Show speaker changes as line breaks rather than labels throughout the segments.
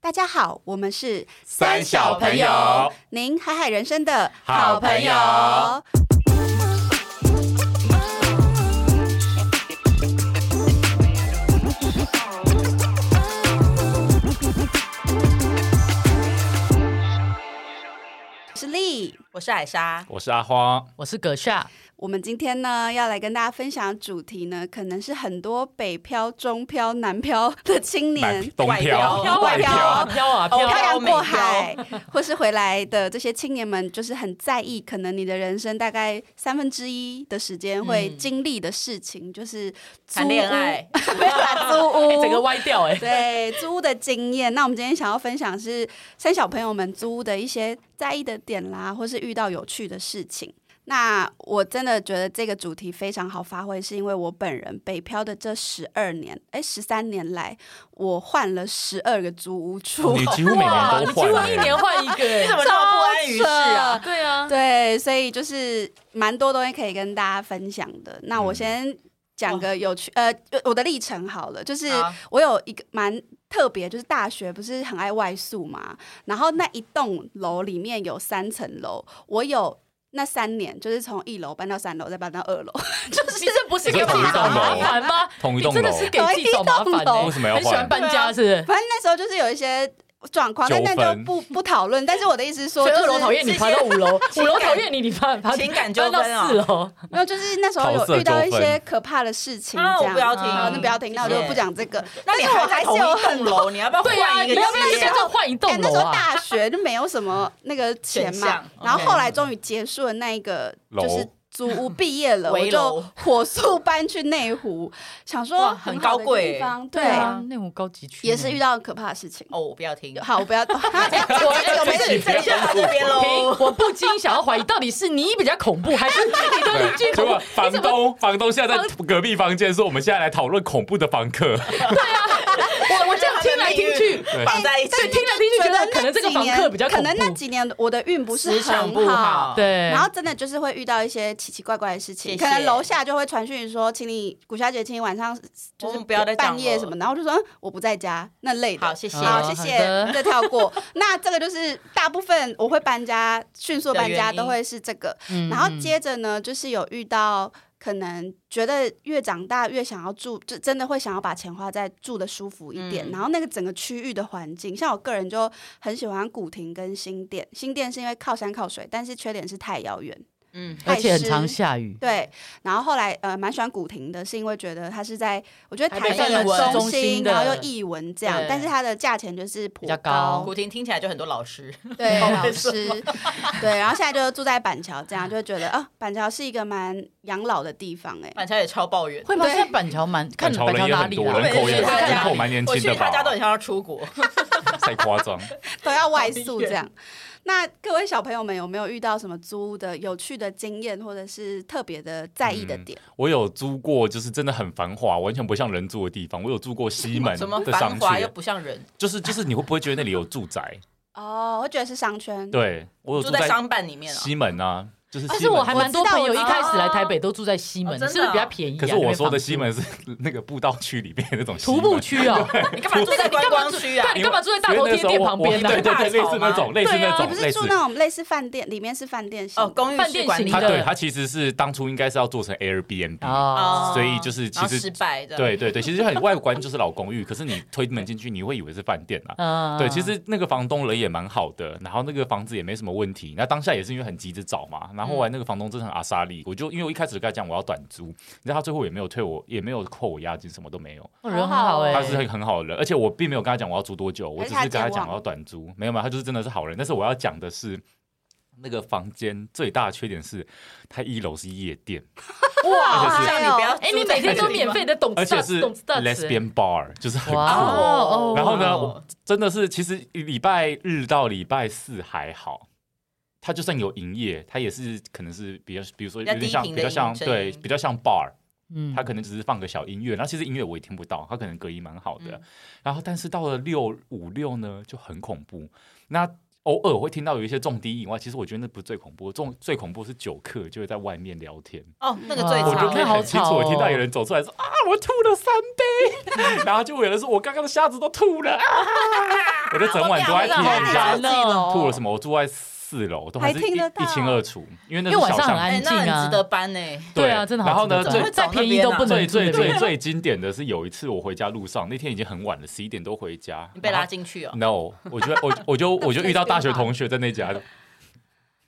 大家好，我们是
三小朋友，
您海海人生的
好朋友。
是丽，
我是艾莎，
我是阿荒，
我是葛夏，
我们今天呢要来跟大家分享的主题呢，可能是很多北漂、中漂、南漂的青
南
年。
东
外
漂啊
漂
漂
外
漂
啊飘啊飘
哦
漂
啊，
洋过海，或是回来的这些青年们，就是很在意，可能你的人生大概三分之一的时间会经历的事情，就是租屋
谈恋，爱，
没有啦， 租
哎
屋，
整个歪掉哎、
对租屋的经验。那我们今天想要分享是三小朋友们租屋的一些在意的点啦，或是遇到有趣的事情。那我真的觉得这个主题非常好发挥，是因为我本人北漂的这十二年，哎，十三年来，我换了十二个租屋处。
哦你几乎每年
你
都
几乎
换、
一
欸，
年换一个、
你
哎
怎么那么不安于世啊？
对啊，
对，所以就是蛮多东西可以跟大家分享的。那我先讲个有趣，呃，我的历程好了，就是
好
我有一个蛮特别，就是大学不是很爱外宿嘛，然后那一栋楼里面有三层楼，我有。那三年就是从一楼搬到三楼，再搬到二楼，
你这不是给
你
自
这同
己
一
找
栋楼
麻烦吗？
同一
你
栋
真
楼
的，是给自己找麻
同一
烦、
栋楼
欸，
为什么要换
很喜欢搬家是不是？
反正那时候就是有一些状况，但
纠
那
纷
就不不讨论。但是我的意思是说，
所以
啊就
二楼
是
讨厌你，爬到五楼；五楼讨厌你，你爬爬
情感纠
搬
纷
到
啊
四楼。
没有，就是那时候
桃
有
色
遇到一
纠纷
些可怕的事情，这
啊，我
样。
不要听，
好，
嗯
那不要听，那我就
谢谢
不。讲这个。
那你
但是我
还
还
在
是
同
有
一
很
栋楼，你要不要
对啊，
换一
你
个
要不要
地
跟
啊？
着换一
哎，
栋
那时
楼
候
啊？
大学就没有什么那个钱
选
嘛
项，
然后
OK
后来终于结束了那一个
楼
就是租屋毕业了，我
围楼
就火速搬去内湖， 想说
哇很
好的
高贵
地方，对，
啊，那种高级区
也是遇
到
到可怕的事情。
哦，我不要听，
好，我不要，我
哎
这个没事
对不起，
这就到这边
停
喽。！
我不禁想要怀疑，到底是你比较恐怖，还是你的邻居
对结
恐
果
怖？
房东房东现在在隔壁房间说，我们现在来讨论恐怖的房客，
啊我我这样听来听 去，
对
绑在一起，
对，听来听去觉得可能这个
几
房
年
客比较
可
恐
能那
怖，
几年我的运不是
磁场
很
不好
对。
然后真的就是会遇到一些奇奇怪怪的事情，
谢谢
可能楼下就会传讯说，请你古小姐，请你晚上就
我
是
们不要再讲
半夜
了
什么，然后就说嗯我不在家那类的。
好，谢谢。
好，
好
谢谢
好的，
再跳过。那这个就是大部分我会搬家，迅速搬家
的原因
都会是这个。
嗯
然后接着呢，就是有遇到可能觉得越长大越想要住，就真的会想要把钱花在住的舒服一点。
嗯
然后那个整个区域的环境，像我个人就很喜欢古亭跟新店。新店是因为靠山靠水，但是缺点是太遥远。
嗯，
而且很
太湿
常下雨，
对，然后后来呃蛮喜欢古亭的，是因为觉得它是在我觉得
台
台
北
北
艺文
的中
中
心，
心的
然后又艺文这样
对，
但是它的价钱就是颇
比较
高
高
古婷听起来就很多老师，
对，
懂
老
为什
师，对，然后现在就住在板桥，这样就会觉得啊，板桥是一个蛮养老的地方、哎，
板桥也超抱怨。
会吗？
对
现在板桥蛮看
桥
板
人
桥
也
哪
很
里
多，
啊？
人口也
对对对
人口蛮年
我
轻
去
的
他家都很
吧，
像要出国，
太夸张。
都要外宿这样。那各位小朋友们有没有遇到什么租屋的有趣的经验，或者是特别的在意的
嗯
点？
我有租过，就是真的很繁华，完全不像人住的地方。我有住过西门
什么
的
繁
商
华又
圈，
不像人，
就是就是你会不会觉得那里有住宅？
哦，我觉得是商圈，
对我有
住
住
在
在
商办里面啊。
西门啊，就是
但
西
是
门。
我还蛮多朋
我
友
知
一
道
开始来台北都住在西门
哦，真的
是不是比较便宜啊？
可是
那
我
边
说的
房
西
租
门是 那个步道区里面那种西
徒步
门
区哦，
你干嘛住在观光区啊
对？你干嘛住在大头
因为那
贴
时候
店
我
旁边
我？
啊呢
对对对，
对
类似那
大草
种，
吗
类似那
对啊
你
种，
不
类
是住
似。
那种类似饭店，里面是饭店型
哦，
的
公寓式管理
它
饭店型
对
的
它其实是当初应该是要做成 Airbnb，、
啊，
哦
所以就是其
然后
实
失败的，
对对对，其实很外观就是老公寓，可是你推门进去，你会以为是饭店啊。
嗯
对，其实那个房东人也蛮好的，然后那个房子也没什么问题。那当下也是因为很急着找嘛，然后后来那个房东真的很阿莎力，我就因为我一开始跟他讲我要短租，你知道他最后也没有退我，也没有扣我押金，什么都没有。
哦人很好哎，
他是很好的人，而且我并没有跟他讲我要租多久，我
还
只
是他
是跟他
健忘
讲我要短租，没有没有，他就是真的是好人。但是我要讲的是，那个房间最大的缺点是，它一楼是夜店，
哇，
而且
这
是
哦样你不要
哎，你每天都免费的懂
而且
事
是
懂事大
lesbian bar，就是很
哇
酷。
哦，
然后呢，
哦
我真的是其实礼拜日到礼拜四还好。他就算有营业，他也是可能是比较，比如说有
比较
点像
低频
比
的
较像
音声
对，比较像 bar，
嗯
他可能只是放个小音乐，然后其实音乐我也听不到，他可能隔音蛮好的。
嗯
然后但是到了六五六呢，就很恐怖。那偶尔会听到有一些重低音以外，其实我觉得那不是最恐怖，重最恐怖是酒客就会在外面聊天，
哦，那个最
哇
我就
吵
可以
啊那好
很清楚
吵
我听到
哦
有人走出来 说、啊，我吐了三杯，然后就有人说我刚刚的虾子都吐了啊。我就整晚都在听
好
人家
烦哦
吐了什么，我住在四楼，我都还是
还
一
听得到
一清二楚，因为那
因为
是
晚
小
上很
巷
安
哎
子。
静
那
啊
很值得搬欸呢。
对啊，真的好
然后呢，
值得
最
找再便宜都不能
最
住那
最
边
最最经典的是有一次我回家路上，那天已经很晚了，十一点多回家，
你被拉
然后
进去哦。
No，我觉得我我就我就遇到大学同学在那家，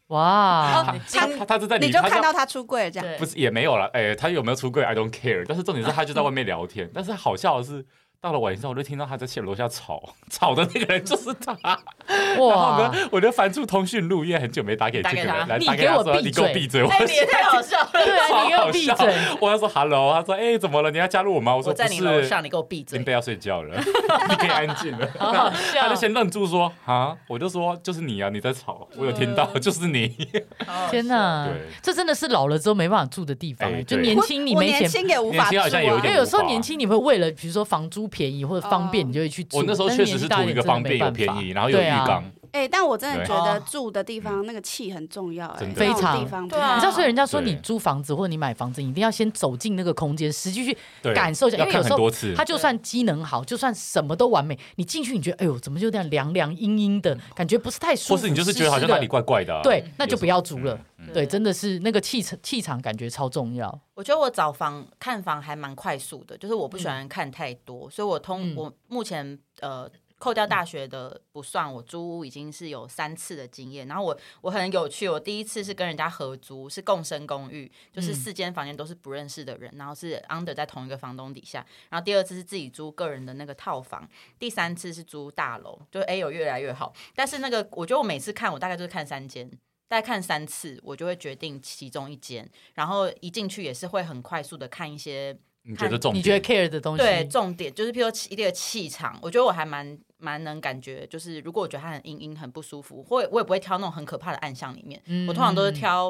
哇
哦，
嗯
他他他是在
你
里，
就
他
看
在
到他出柜了这样。
对
嗯不是也没有了，哎、他有没有出柜？I don't care。但是重点是他就在外面聊天，但是好笑的是。到了晚上，我就听到他在楼下吵，吵的那个人就是他。 然后
哇，
呢，我就翻出通讯录，因为很久没打给这个人，
打给他
来
你
打给
给
他
我
说：“
闭
你给我
嘴
闭嘴！”我
哎，你也太好笑了！
对啊，你给我
好
闭
笑
嘴。
我要说 “hello”，他说：“哎、怎么了？你要加入我吗？”我说：“
我在
不
你
是
楼上，你给我闭
林
嘴
贝！要睡觉了， 你可以安静 了。”
好好笑
他就先愣住说：“啊，我就说就是你啊，你在吵，我有听
嗯
到， 就是你。”
哦
天哪
对，
这真的是老了之后没办法住的地方、欸
哎
就
对
年
我
轻你
我
没
年
钱，
轻也无
年
法
轻
住啊
好像有一
因
点
为有时候
无法
年轻你会为了比如说房租便宜或者方便，
哦
你就会去住。
我那时候
但
确
年
实
纪
是
大
图一
点
个
真的
方
没
便有
办
便
法
宜，然后有浴
对啊
缸。
哎、但我真的
对嗯
觉得
哦
住的地方那个气很重要、哎
真，的
那种
非常
地方
对啊
你知道，所以人家说
对
你租房子或你买房子，你一定要先走进那个空间，实际去
对，
感受一下，
要
因为有
看
时
很
候
多次。
它就算机能好，就算什么都完美，你进去你觉得哎呦，怎么就这样凉凉阴阴的感觉，不是太舒服，
或是你就是觉得好像
湿湿
哪
的
里怪怪的啊、
对
有时，
那就不要租了。
嗯
对，真的是那个气场气场感觉超重要。
我觉得我找房看房还蛮快速的，就是我不喜欢看太多，所以我通、
嗯
我目前呃扣掉大学的不算，我租屋已经是有三次的经验。然后我我很有趣，我第一次是跟人家合租，是共生公寓，就是
嗯
四间房间都是不认识的人，然后是 under 在同一个房东底下。然后第二次是自己租个人的那个套房，第三次是租大楼，就 A 有越来越好。但是那个我觉得我每次看我大概就是看三间。大概看三次，我就会决定其中一间，然后一进去也是会很快速的看一些
你觉得重点？
你觉得 care 的东西，
对重点，就是譬如说气一定的气场，我觉得我还蛮蛮能感觉，就是如果我觉得它很阴阴、很不舒服，或我也不会挑那种很可怕的暗巷里面，
嗯
我通常都是挑，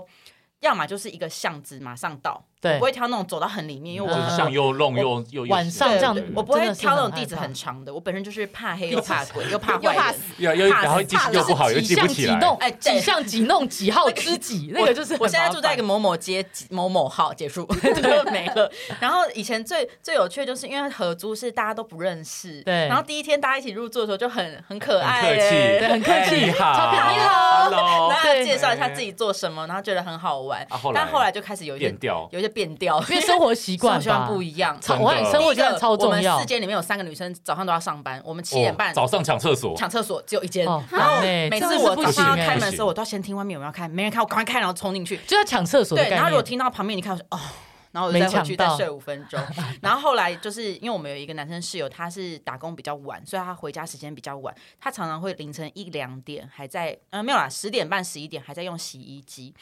要么就是一个巷子马上到，
对
我不会挑那种走到很里面，因为我
就是像又弄又又
晚上
对
这样
对
子
我不会
真的是
挑那种
很
地
害
址
怕
很长的，我本身就是怕黑又怕鬼又怕
又
坏
怕
人
死。
又又
怕
然后
死
记
怕
又
死
不好又
几
记
巷
不起
几
来
弄，，
哎对
几巷几弄几号知己， 那个就是很
我现在
麻
住在一个
烦
某某街几某某号，结束就没了。然后以前最最有趣的就是因为合租是大家都不认识，
对
然后第一天大家一起入住的时候就很很可
很
爱、
客
欸
气，
对很客气
哎你好，
超漂亮
，Hello，
大家介绍一下自己做什么，然后觉得很好玩。
啊后来
但后来就开始有一些
变调，
有一些变调，
因为生活习惯
生活习惯
吧
不一样。
超
真的
我看你生活习惯超重
第一个我
要
们四。间里面有三个女生早上都要上班，我们七点半
哦早上抢厕所，
抢厕所只有一间。
哦，
然后
烦欸
每
真
次
的是
我
不
早
行
上要
欸
开门的时候，我都要先听外面有没有开，没人开，我赶快开，然后冲进去。
就要抢厕所的
对，
概
然后如果
念。
听到旁边你看，我说哦。然后我就再回去
没抢
再
到
睡五分钟， 然后后来就是因为我们有一个男生室友，他是打工比较晚，所以他回家时间比较晚，他常常会凌晨一两点还在，呃没有啦，十点半十一点还在用洗衣机。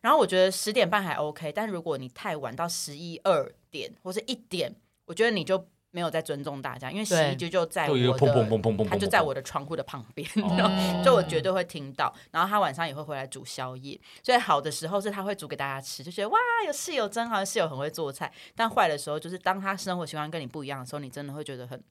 然后我觉得十点半还 OK，但如果你太晚到十一二点或是一点，我觉得你就没有在尊重大家，因为洗
对
衣机就在
就
我
一个砰砰
的，
砰砰砰砰，
他就在我的窗户的旁边，你知道吗
嗯
哦，
就我绝对会听到。然后他晚上也会回来煮宵夜，所以好的时候是他会煮给大家吃，就觉得哇，有室友真好，室友很会做菜。但坏的时候就是当他生活习惯跟你不一样的时候，你真的会觉得很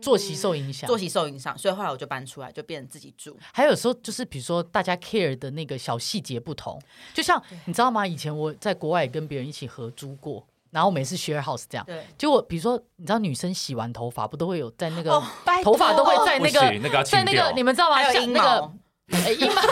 作息受影响
作，息受影响。所以后来我就搬出来，就变成自己住。
还有时候就是比如说大家 care 的那个小细节不同，就像你知道吗？以前我在国外也跟别人一起合租过，然后我们也是 share house 这样。
对，
结果比如说你知道女生洗完头发不都会有在那个
哦
拜
头发都会
托
在
不
那
行，
个
那个要
在
清
那个
掉
你，们知道吗？
还有
像
阴
那个
毛，
哎阴毛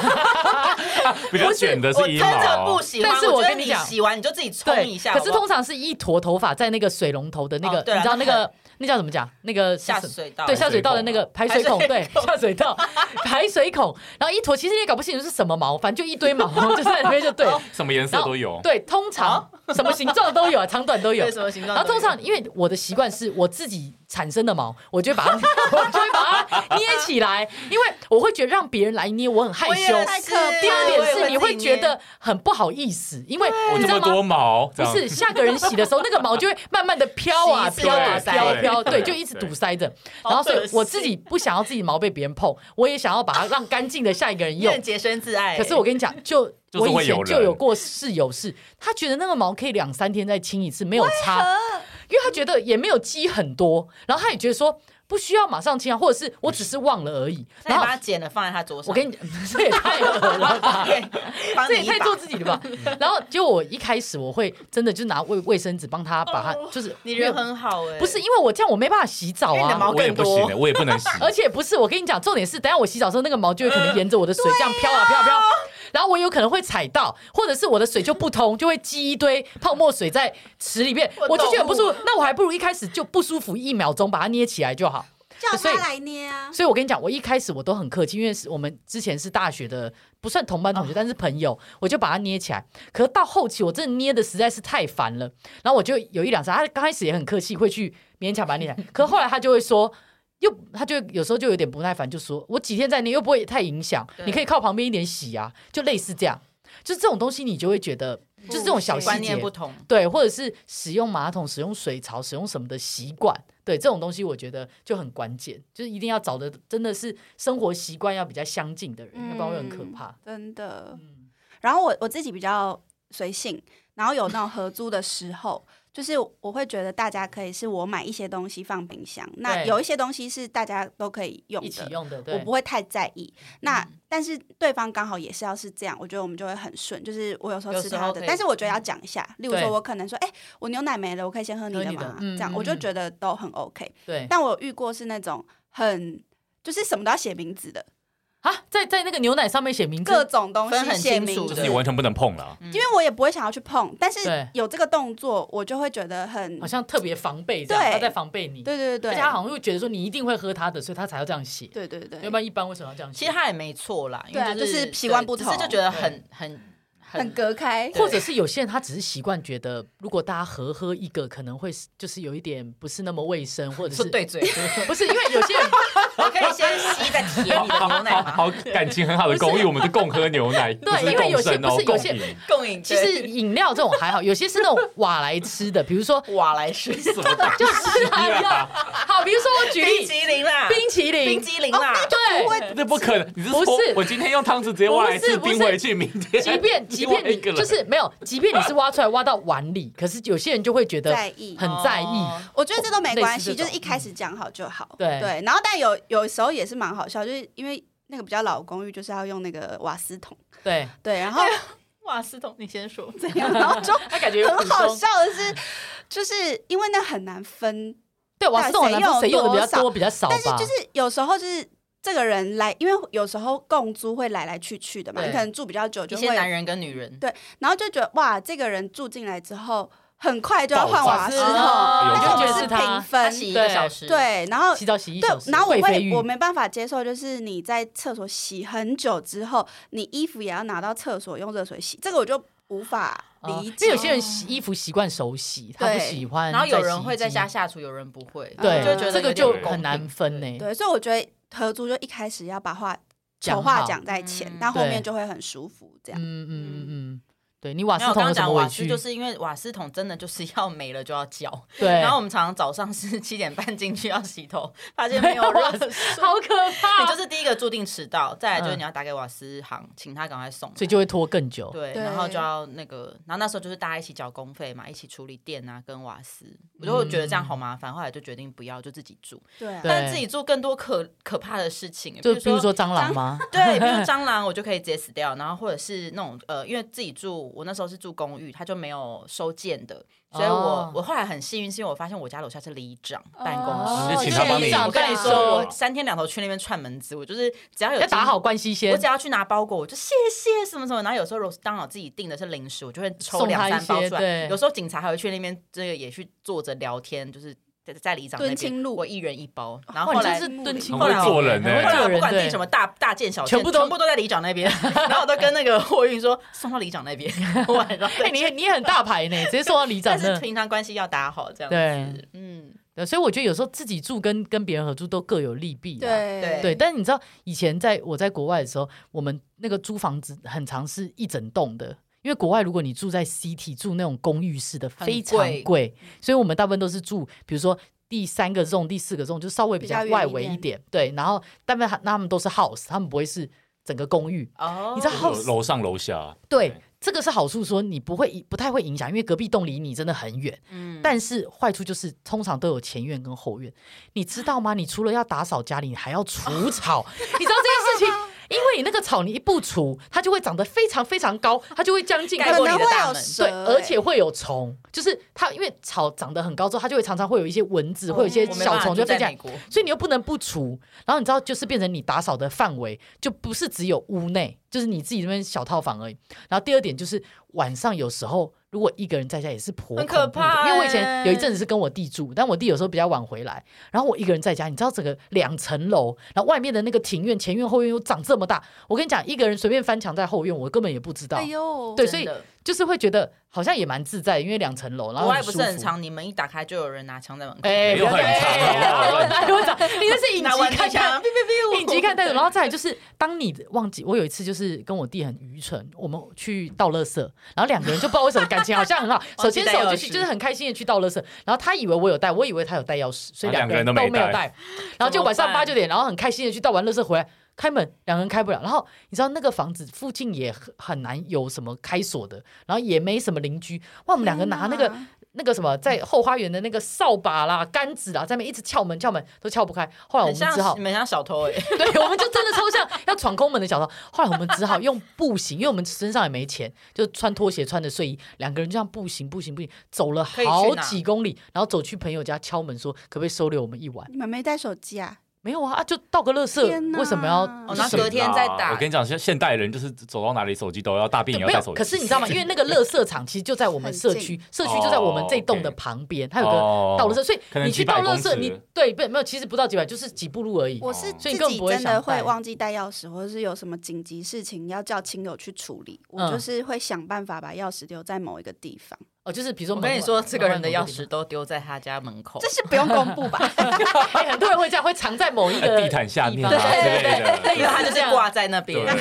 比较卷的
我
是
真
阴
的
毛哦
不，喜欢。
但是
我
我
觉得
跟你讲
洗完你就自己冲
对，
一下好不
可
好，
是通常是一坨头发在那个水龙头的那个，
哦对啊
你知道那
那
个那叫怎么讲？那个是
下
什么
水道
对
下
下
水
水道的
孔
那个排水孔，
排水
对 下水 道排水孔，然后一坨其实你也搞不清楚是什么毛，反正就一堆毛 就在里面就对
哦
了。
什么颜色都有，
对，通常什么形状都 有，啊，长短都有
对。什么形状
然后
都有？
通常因为我的习惯是我自己产生的毛，我就会把 它我就会把它捏起来，因为我会觉得让别人来捏我很害
我也
羞。
是
太可怕了
第二
我
点
也
是你会
自己
觉
捏
得很不好意思，因为
我
你
这么
知道吗？
多毛，这
不
样
是下个人洗的时候，那个毛就会慢慢的飘啊
洗一次
飘啊
就堵塞
飘飘，
对
对，就一直堵塞着。
好
然后所
恶
以
心
我自己不想要自己毛被别人碰，我也想要把它让干净的下一个人
你
用
很。洁身自爱欸、
可是我跟你讲，就
就是
我
会
以
有
前
人
就有过室友是，他觉得那个毛可以两三天再清一次，没有差，因为他觉得也没有积很多，然后他也觉得说。不需要马上清啊，或者是我只是忘了而已。
那
然
你
后
把它剪了放在他桌上，
我跟你讲， 这也太恶了吧！
帮
这
你
也
一
太
把
做自己了 吧！然后就我一开始我会真的就拿卫卫生纸帮他把他，就是
哦你
没
人
有
很好哎、
不是因为我这样我没办法洗澡
因为你的
啊
毛。
我也不行
更
的，我也不能洗。
而且不是，我跟你讲，重点是，等一下我洗澡的时候，那个毛就会可能沿着我的水这样飘啊飘啊飘啊，然后我有可能会踩到，或者是我的水就不通，就会积一堆泡沫水在池里面，
我
我就觉得很
懂
不舒服。那我还不如一开始就不舒服一秒钟，把它捏起来就好。
嗯叫
所以
他来捏啊。
所以我跟你讲，我一开始我都很客气，因为是我们之前是大学的，不算同班同学，但是朋友，我就把它捏起来。可是到后期，我真的捏的实在是太烦了，然后我就有一两次，他刚开始也很客气，会去勉强把它捏起来。可是后来他就会说。又，他就有时候就有点不耐烦，就说：“我几天再捏，又不会太影响，
对
你可以靠旁边一点洗啊。”就类似这样，就是这种东西，你就会觉得，就是这种小细
观
节
念不同，
对，或者是使用马桶、使用水槽、使用什么的习惯，对这种东西，我觉得就很关键，就是一定要找的真的是生活习惯要比较相近的人，要不然会很
嗯
可怕。
真的。
嗯
然后我我自己比较随性，然后有那种合租的时候，就是我会觉得大家可以是我买一些东西放冰箱，那
对
有一些东西是大家都可以用
一起
的，
用的，
我
对
不，会太在意。那、但是对方刚好也是要是这样，我觉得我们就会很顺。就是我有时候
有
吃
时
他
候
的
可，以
但是我觉得要讲一下，例如
嗯对
说我可能说，哎、我牛奶没了，我可以先喝你
喝
的
你的
吗？
嗯
这样
嗯
我就
嗯
觉得都很 OK。
对
但我有遇过是那种很就是什么都要写名字的，
啊，在在那个牛奶上面写名
各
字，
种东
分
西
很
写
清
名
楚
字，
就是你完全不能碰了啊，
因为我也不会想要去碰，但是
嗯对
有这个动作，我就会觉得很
好像特别防备这样，
对
他在防备你，
对对对
而且
对
他好像会觉得说你一定会喝他的，所以他才要这样写，
对对对
要不，然一般为什么要这样
其
写
实？他也没错啦，因
对啊
为就是
就是习惯
对
不
只
同
是就觉得很很
很隔开，
或者是有些人他只是习惯觉得，如果大家合喝一个，可能会是就是有一点不是那么卫生，或者
是
是
对嘴，
不是因为有些人
我可以先吸再舔你的牛奶
好
吗？
好感情很好的公寓，我们是共喝牛奶，不
对
是
因为有
共
些
生哦
不是，有
共
些
饮。
共饮
其
其
实
实
饮料这种还好，有些是那种瓦来吃的，比如说
瓦来是
什么东西啊
就是还要好，比如说我举
冰
例，
淇淋啦，
冰淇淋，
冰淇啊淋啦，
不
对，
会
那不可能！你是
不
说
是
我今天用汤匙直接挖来
不是
吃，
不是
冰回去，明天
即便即便
另外一
你
个人
就是没有，即便你是挖出来挖到碗里，可是有些人就会觉得
在意。
很在意，
哦
我觉得这都没关
类
系，
似这
就
种嗯
是一开始讲好就好。
对
对，然后但有有时候也是蛮好笑，就是因为那个比较老的公寓就是要用那个瓦斯桶，
对，
对，然 后
瓦斯桶，你先说。
怎样，然后就
他感觉有
很好
苦衷，
笑的是，就是因为那很难分，
对，瓦斯桶
谁
很难说
用
谁用的比
多
较
少
多比较少吧，
但是就是有时候就是。这个人来，因为有时候共租会来来去去的嘛，
对
你可能住比较久
一
就会
些
有
男人跟女人，
然后就觉得哇，这个人住进来之后，很快就要换瓦斯桶，
爆炸
而且我
哎呦
们
就是
是他
平
哦他
分，
洗一个小时，，
对，然后
洗澡洗一小时，
对，然后我
会飞
会
鱼
我没办法接受，就是你在厕所洗很久之后，你衣服也要拿到厕所用热水洗，这个我就无法
哦
理
因
解。
为有些人洗衣服习惯手洗，他不
对
喜欢，
然后有人会在家
下，
下厨，有人不会，
对
我就觉得
这个
有点
就
不公
很难
平
分。欸呢，
对，所以我觉得合租就一开始要把话丑
讲
话
好
讲在前
嗯，
但后面
对
就会很舒服。这样，
嗯嗯嗯嗯，对你瓦斯
没有，我
桶
刚
有
刚
什么
讲
委
瓦斯，
屈？
就是因为瓦斯桶真的就是 要没了就要叫。
对，
然后我们常常早上是七点半进去要洗头，发现没有
哇
热水，
好可怕，
你就是第一个注定迟到。再来就是
嗯
你要打给瓦斯行，请他赶快送来，
所以就会拖更久。
对，
对
然后就要那个，然后那时候就是大家一起缴工费嘛，一起处理电啊跟瓦斯，我就会觉得这样好麻烦，后来就决定不要，就自己住。
对啊
嗯对
但是自己住更多可可怕的事情，
就
比
比如说蟑螂吗？
对，比如蟑螂，我就可以直接死掉。然后或者是那种呃，因为自己住，我那时候是住公寓，它就没有收件的，所以我、
哦
我后来很幸运，是因为我发现我家楼下是里长
哦
办公室。
哦
哦，
就请他帮你
我跟你
说，
说
我，三天两头去那边串门子，我就是只要有
要打
经
好关系
我
先
只。要去拿包裹，我就谢谢什么什么。然后有时候如果是刚好自己订的是零食，我就会抽
送
两
他一
三包
些
出来。
对
有时候警察还会去那边，这个也去坐着聊天，就是在在里长那
敦亲
边，
路
我一人一包。然后
哇，
后
你
来
真。是敦亲
很
后
会
来
做人欸呢、
很会
后
做
来
人
不管
对
订什么大大件小
全
件，
部都
全部都在里长 那边，然后我都跟那个货运说送到里长那边，晚上
哎，你你很大牌呢，直接送到里
但
长
是
那。
平常关系要打好这样
对
子，嗯，
对所以我觉得有时候自己住跟跟别人合住都各有利弊啊。
对
对，但是你知道以前在我在国外的时候，我们那个租房子很常是一整栋的。因为国外如果你住在 city 住那种公寓式的
很
非常
贵
贵，所以我们大部分都是住，比如说第三个这种、第四个这种，就稍微比较
比较远
外
一
围一
点
点。对，然后但他那他们都是 house，他们不会是整个公寓。
哦
你知道哦
楼楼上楼下，
对，这个是好处，说你不会不太会影响，因为隔壁栋离你真的很远。
嗯，
但是坏处就是，通常都有前院跟后院，你知道吗？你除了要打扫家里，你还要除 草，你知道这件事情？因为你那个草，你一不除，它就会长得非常非常高，它就会将近
盖
可
过
能
你的
会
大
有
门
蛇、
对，
欸
而且会有虫，就是它因为草长得很高之后，它就会常常会有一些蚊子，会有一些
哦我没
小
办法
虫就
住
飞
在
进来
美，国，
所以你又不能不除。然后你知道，就是变成你打扫的范围就不是只有屋内，就是你自己那边小套房而已。然后第二点就是晚上有时候如果一个人在家也是颇
很
恐怖的
可怕
因为我以
欸
前有一阵子是跟我弟住，但我弟有时候比较晚回来，然后我一个人在家，你知道整个两层楼，然后外面的那个庭院前院后院又长这么大，我跟你讲，一个人随便翻墙在后院，我根本也不知道。
哎呦，
对，
真
所以
的
就是会觉得好像也蛮自在，因为两层楼，然后
国外不
舒
是很
服。
长，你门一打开就有人拿枪在门口，
哎，
没有
不
很
要这样
长
哎
好不好
哎 哎哎哎你那是影
拿完
集
开
看看
枪，哔哔哔，
影集看太多，然后再来就是，当你忘记，我有一次就是跟我弟很愚蠢，我们去倒垃圾，然后两个人就不知道为什么感情好像很 好，手
忘记
牵
带
手
钥
就
匙
去，就是很开心的去倒垃圾，然后他以为我有带，我以为他有带钥匙，所以
然后啊两
两个
个人
人
都没
没有
带
带，然后就晚上八九点，然后很开心的去倒完垃圾回来。开门，两个人开不了。然后你知道那个房子附近也很很难有什么开锁的，然后也没什么邻居。哇，我们两个拿那个
天哪
那个什么，在后花园的那个扫把啦、杆子啦，在那边一直撬门、撬门都撬不开。后来我
很
们只
像
好，
很像小偷 哎，
对，我们就真的抽象要闯空门的小偷。后来我们只好用步行，因为我们身上也没钱，就穿拖鞋、穿着睡衣，两个人就这样步行、步行、步行，走了
可以去
好
哪
几公里，然后走去朋友家敲门说，可不可以收留我们一晚？
你们没带手机啊？
没有啊，啊就倒个垃
天
圾，
哪
为什么要？
哦
那
是
隔天
啦
再打
我跟你讲，现现代人就是走到哪里手机都要大便也要
没
带
有
手，机。
可是你知道吗？因为那个垃圾场其实就在我们社区，社区就在我们这栋的旁边，它有个
哦
倒垃圾，所以
可能
你去
几百
倒垃
公
圾，
尺
你对不没有，其实不到几百，就是几步路而已。
我是
哦所
自
以
己
你根本不会
真的
想带
会忘记带钥匙，或者是有什么紧急事情要叫亲友去处理，我就
嗯
是会想办法把钥匙留在某一个地方。
哦，就是比如说
我
门外，
跟你说，这个人的
门外
钥
某地
匙都丢在他家门口
这。是不用公 布吧？
方，哎很多人会这样，会藏在某一
呃
个
地毯下面啊
地方
之类
因为
的。
他就是挂在那边，啊
对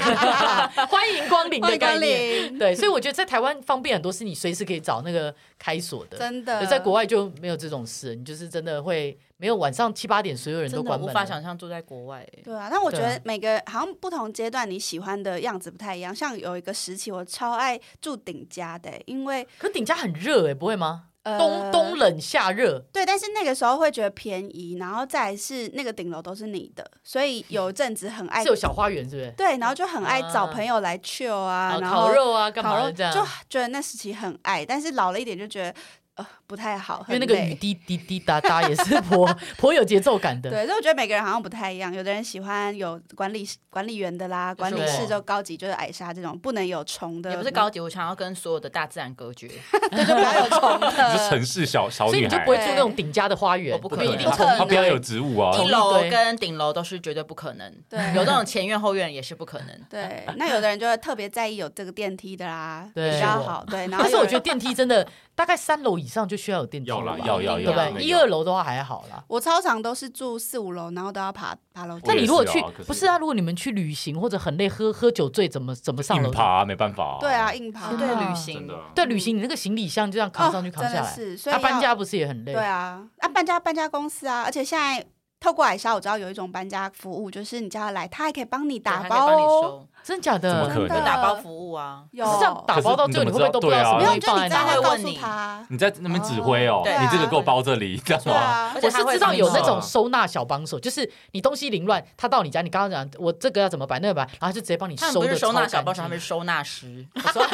欢迎光临的概念。
零，
对，所以我觉得在台湾方便很多，是你随时可以找那个开锁的。
真的
对在国外就没有这种事，你就是真的会没有晚上七八点所有人都
真
关门
的无
了，
法想象住在国外。哎
对啊，但我觉
对啊
得每个好像不同阶段你喜欢的样子不太一样。像有一个时期，我超爱住顶家的、欸因为
可顶家很热哎、不会吗？
呃
冬冬冷夏热，
对，但是那个时候会觉得便宜，然后再来是那个顶楼都是你的，所以有一阵子很爱
是有小花园是不是？
哎对，然后就很爱找
啊
朋友来 chill 啊，
啊
然
烤
后
肉啊，干
烤
嘛
肉
的这样？
就觉得那时期很爱，但是老了一点就觉得呃不太好，
因为
很
那个
累
雨滴滴滴答答也是颇 颇有节奏感的。
对，所以我觉得每个人好像不太一样，有的人喜欢有管理管理员的啦，管理
我
室就高级，就是矮沙这种，不能有虫的，
也不是高级，我想要跟所有的大自然隔绝。
对， 就不要有 虫
你是
的。
城市小小
所以
女
你就
孩
不会，住那种顶家的花园，
我不
不
可
可
能
因为
以
一定
啊
从
它不要有植物啊。
同
一
一
楼
堆
跟顶楼都是绝对不可能，
对
有那种前院后院也是不可能。
对，那有的人就会特别在意有这个电梯的啦，
对
比较好。 对，然后
但是
有
我
人
觉得电梯真的大概三楼以上就需要有电梯
要
了
啦
吧，，
要要
对
要，
不
哎那
对？
个
一二楼的话还好啦。
我超常都是住四五楼，然后都要爬爬楼
我
那
梯。
也
你如果
是啊
去
可是
不是啊，如果你们去旅行或者很累，喝喝酒醉，怎么怎么上楼
硬？爬啊没办法啊。
对啊，，硬爬。
啊
对
对
啊
旅
真
行
的，啊。
对，旅行你那个行李箱就这样扛上去扛
真
下
的
来，
是，所以
他
要
搬家啊不是也很累？
对啊，啊搬家搬家公司啊，而且现在透过矮莎，我知道有一种搬家服务，就是你叫他来，他还可以帮你打
对
包
他可以帮你
哦。
收，
真假
怎么可
的？
真
能
的
有打包服务啊。
有
可是这样打包到最后，你会不会都不知道什
可
么
没
是
有，
东西
就你
放在
在
哪
那
会？
告
问
诉
你
他，
你在那边指挥哦，
对啊
你这个给我包这里， 这样
对
吗？
啊
而，且
我
他
是
会
知道
帮你
有那
收
种收纳小帮手，就是你东西凌乱，他到你家，你刚刚讲我这个要怎么摆，那个摆，然后他就直接帮你
他们
收
不
的
是收纳小帮手，他们是收纳师。这是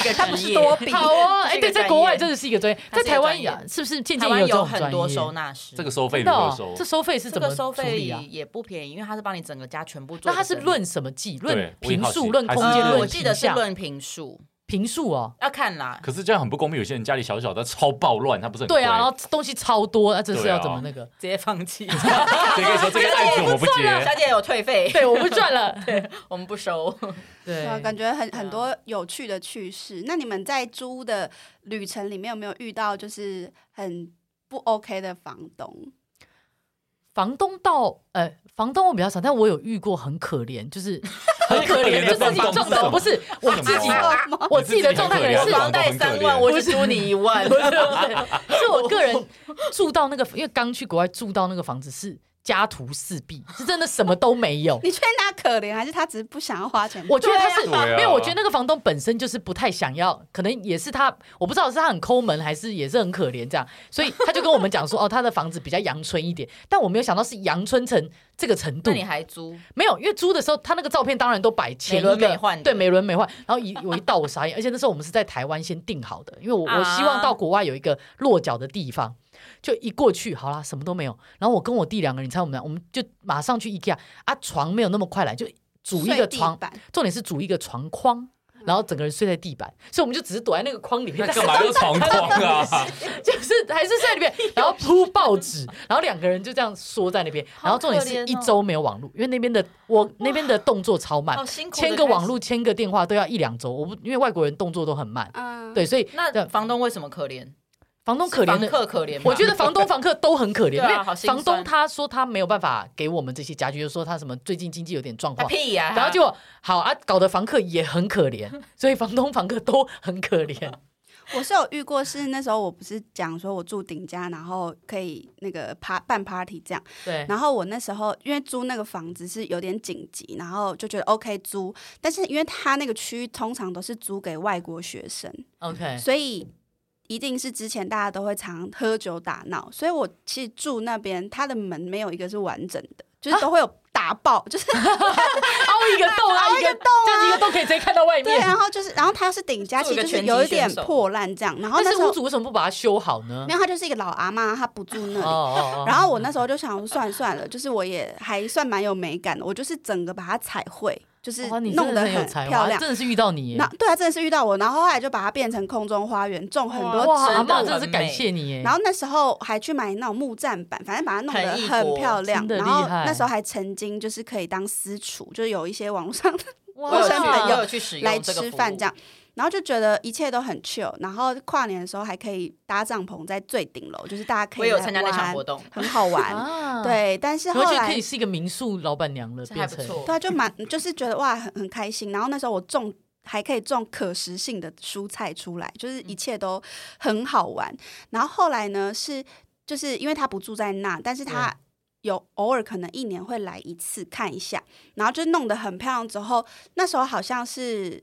一 个
他不
职
是
业
多比，
好哦，
这
哎，
是一个
对，在
专
国外
业
真的是一个专业，
它
在
是一个
台湾
专业
也是不是渐
台
渐
湾
有这
有
种
很
专
多
业？
收纳师，
这个收费
真
如
的
何
哦
收？
这收费是
这
怎么
个收
处
费
理啊？
也不便宜，因为他是帮你整个家全部做。
那它是论什么计？论
对我也
平
好奇
数、论
还
空
是
间、
呃，
论
我记得
平
是
向
论平数，
平数哦。
要看啦。
可是这样很不公平，有些人家里小小的超暴乱，他不是很
对啊，
亏
然后东西超多，那这是
对啊
要怎么那个？
直接放弃，
谁跟你说这个案子我不接？
小姐有退费，
对，我不赚了。
我们不收。
对
啊，感觉很很
啊
多有趣的趣事。那你们在租的旅程里面有没有遇到就是很不 OK 的房东？。
房东到呃，房东我比较少，但我有遇过很可怜，就是 很可
可
怜
怜的
的，就是
房
你
东是
中
什
头
么
不是我自己
什么，
我自己的状态可能
你
是
自己
房
很可怜
贷三万，我是租你一万。
是我个人住到那个，因为刚去国外住到那个房子是家徒四壁，是真的什么都没有
你觉得他可怜，还是他只是不想要花钱？
我觉得他是，
对啊对啊
没有，我觉得那个房东本身就是不太想要，可能也是他，我不知道是他很抠门，还是也是很可怜这样，所以他就跟我们讲说，哦，他的房子比较阳春一点，但我没有想到是阳春成这个程度
那，你还租？
没有，因为租的时候他那个照片当然都摆前一个
美轮美奂的
对，美轮美奂。然后一我一到我傻眼，而且那时候我们是在台湾先订好的，因为我、
啊
我希望到国外有一个落脚的地方。就一过去，好啦，什么都没有。然后我跟我弟两个人，你猜我们俩，我们就马上去 IKEA 啊，床没有那么快来，就组一
睡
个
地
床，
板
重点是组一个床框，然后整个人睡在地板，所以我们就只是躲在那个框里面
那，干嘛要床框啊？
就是还是在里 面，然后铺报纸，然后两个人就这样缩在那边，
好
然后重点
可怜
是
哦
一周没有网络，因为那边的我那边的动作超慢
好，辛苦的开始。
签个网络签个电话都要一两周，我不因为外国人动作都很
啊
慢，
嗯，
对，所以
那
对
房东为什么可怜？
房东可怜
房
的。
客可怜吗，
我觉得房东、房客都很可怜，
对
因
啊
为
好心酸
房东他说他没有办法给我们这些家具，就说他什么最近经济有点状
啊
况，
屁呀，
然后就好啊，搞得房客也很可怜，所以房东房客都很可怜。
我是有遇过，是那时候我不是讲说我住顶家，然后可以那个趴办 party 这样。
对，
然后我那时候因为租那个房子是有点紧急，然后就觉得 OK 租，但是因为他那个区域通常都是租给外国学生，
OK，
所以一定是之前大家都会常喝酒打闹，所以我其实住那边，他的门没有一个是完整的，
啊
就是都会有打爆，就是
凹一个洞啊，一个洞，这样子一个洞可以直接看到外
对， 啊
面。
然后就是，然后他是顶家，
做
其实
一
就
个
是
拳击
有一点
选手
破烂这样，然后
但
那
是
时候
屋主为什么不把它修好呢
没？有，他就是一个老阿妈，她不住那里。
哦哦哦
然后我那时候就想说，算了算了，就是我也还算蛮有美感的，我就是整个把它彩绘，就是
哇，哦你
弄
真
得
的很有才
漂
华，
亮。
真的是遇到你耶
那。对啊，真的是遇到我，然后后来就把它变成空中花园，种很多
哇，
植
阿
物
真的
妈
很
真的是感谢你耶。
然后那时候还去买那种木栈板，反正把它弄得
很异
很
国
漂亮。
真的
然后
厉害
那时候还曾经就是可以当私厨，就是有一些网络上
哇啊
我有
陌生朋
去，
友
我有去使
来
用这个
吃
服务
饭这样，然后就觉得一切都很 chill。然后跨年的时候还可以搭帐篷在最顶楼，就是大家可
我
以
也有
来
参加那场活
玩
动，
很好玩。
啊，
对，但是
而
后
且可
来
以是一个民宿老板娘了，
这
变
还不
成
错。
对啊，就蛮就是觉得哇很很开心。然后那时候我种还可以种可食性的蔬菜出来，
嗯
就是一切都很好玩。然后后来呢是就是因为他不住在那，但是他。有偶尔可能一年会来一次看一下，然后就弄得很漂亮。之后那时候好像是，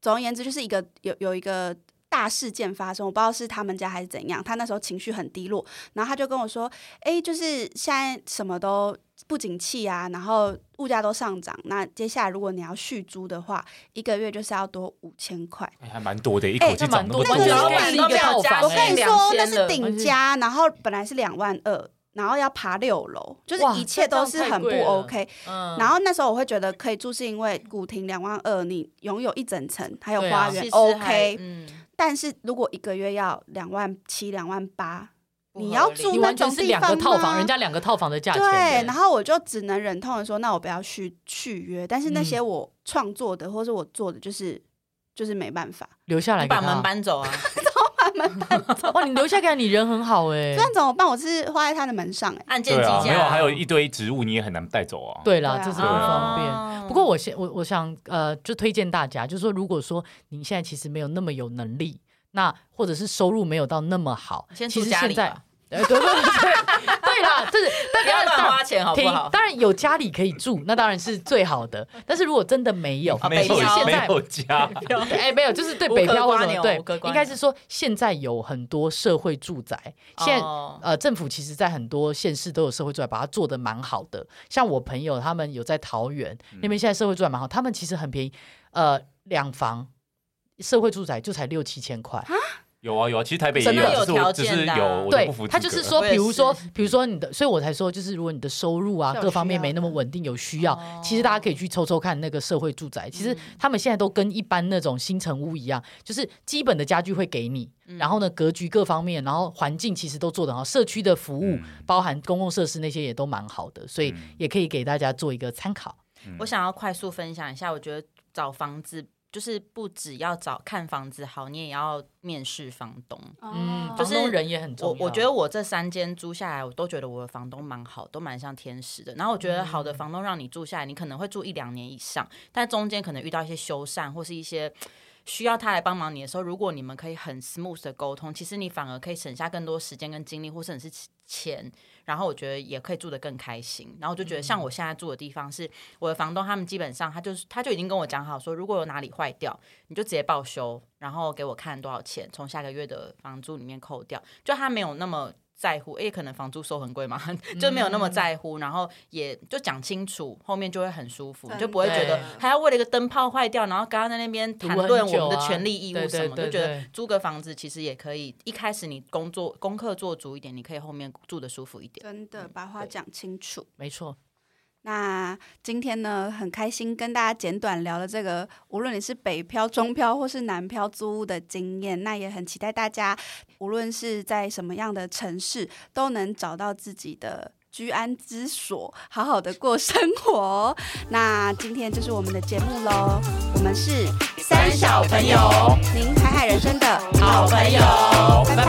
总而言之就是一个有有一个大事件发生，我不知道是他们家还是怎样。他那时候情绪很低落，然后他就跟我说：“哎，就是现在什么都不景气啊，然后物价都上涨。那接下来如果你要续租的话，一个月就是要多五千块。
哎还蛮多的，一口气
那
涨
蛮
那
多
么
的，
那个
多啊
完
老板
全可以是一
都
个
没
套
有加
房欸
我
钱
跟你
耶。
哎
说，
2000
那
了
是顶家，然后本来是两万二，然后要爬六楼，就是
哇
一切都是很不
这样太贵了
OK。
嗯
然后那时候我会觉得可以住，是因为古亭两万二，你拥有一整层，还有
对啊
花
其
园、
实还
OK。
嗯，
但是如果一个月要两万七、两万八，
不合
你要
理
住
你
那
完
种
全是
地
两
方
个套
吗
房，人家两个套房的价钱耶。
对，然后我就只能忍痛的说，那我不要续续约。但是那些我创作的、或是我做的，就是就是没办法，
留下来
你
给他
把门搬走啊，
哇，你留下给他，你人很好 哎
不。然怎么办？我是花在他的门上哎、
按键
对
计
啊
价，，
没有，还有一堆植物你也很难带走啊。
对
对
啦，
啊
这是
这
不
个
方便。
便
不过我先我我想呃，就推荐大家，就是说，如果说您现在其实没有那么有能力，那或者是收入没有到那么好，
先
其
住
实
家
现
里
在
吧。
呃 对对对对对啦，这是大
不要
家
乱花钱好不好？
当然有家里可以住，那当然是最好的。但是如果真的没有，
啊
没有
北漂
没有家，
对 哎，没有，就是对
无
北
壳
漂
瓜
或什
牛
么
无
对
壳，瓜
应该
牛
是说现在有很多社会住宅， 现在
哦
呃，政府其实在很多县市都有社会住宅，把它做的蛮好的。像我朋友他们有在桃园
嗯
那边，现在社会住宅蛮好，他们其实很便宜，呃，两房社会住宅就才六七千块。
有啊有啊，其实台北也
真的
只
有
是
条
我只
件
是
的啊
有我就
对
不服，
他
资
就是
格
说，
我也
比如说
是，
比如说你的，所以我才说，就是如果你的收入啊
是有
各方面
需要
没那么
的
稳定，有需要，
哦
其实大家可以去抽抽看那个社会住宅。
嗯
其实他们现在都跟一般那种新城屋一样，就是基本的家具会给你，
嗯
然后呢格局各方面，然后环境其实都做得很好，社区的服务
嗯
包含公共设施那些也都蛮好的，所以
嗯
也可以给大家做一个参考。
我想要快速分享一下，我觉得找房子就是不只要找看房子好，你也要面试房东。
嗯，
哦就
房
是
东人也很重
我
要。
我觉得我这三间租下来，我都觉得我的房东蛮好，都蛮像天使的。然后我觉得好
嗯
的房东让你住下来，你可能会住一两年以上，但中间可能遇到一些修缮或是一些需要他来帮忙你的时候，如果你们可以很 smooth 的沟通，其实你反而可以省下更多时间跟精力，或甚至是钱，然后我觉得也可以住得更开心。然后我就觉得，
嗯
像我现在住的地方是，我的房东他们基本上他就是他就已经跟我讲好说，如果有哪里坏掉，你就直接报修，然后给我看多少钱，从下个月的房租里面扣掉。就他没有那么。在乎，也可能房租收很贵嘛， 就没有
嗯
那么在乎，然后也就讲清楚，后面就会很舒服，
真的
就不会觉得还要为了一个灯泡坏掉，然后刚刚在那边谈论我们的权利义务什么，
啊对对对
就觉得
对
租个房子其实也可以，一开始你工作功课做足一点，你可以后面住的舒服一点。
真的把话
对
讲清楚。
没错，
那今天呢，很开心跟大家简短聊了这个，无论你是北漂、中漂或是南漂租屋的经验，那也很期待大家，无论是在什么样的城市，都能找到自己的。居安之所，好好的过生活。那今天就是我们的节目喽，我们是
三小朋友，
您海海人生的
好朋友
拜
拜
拜。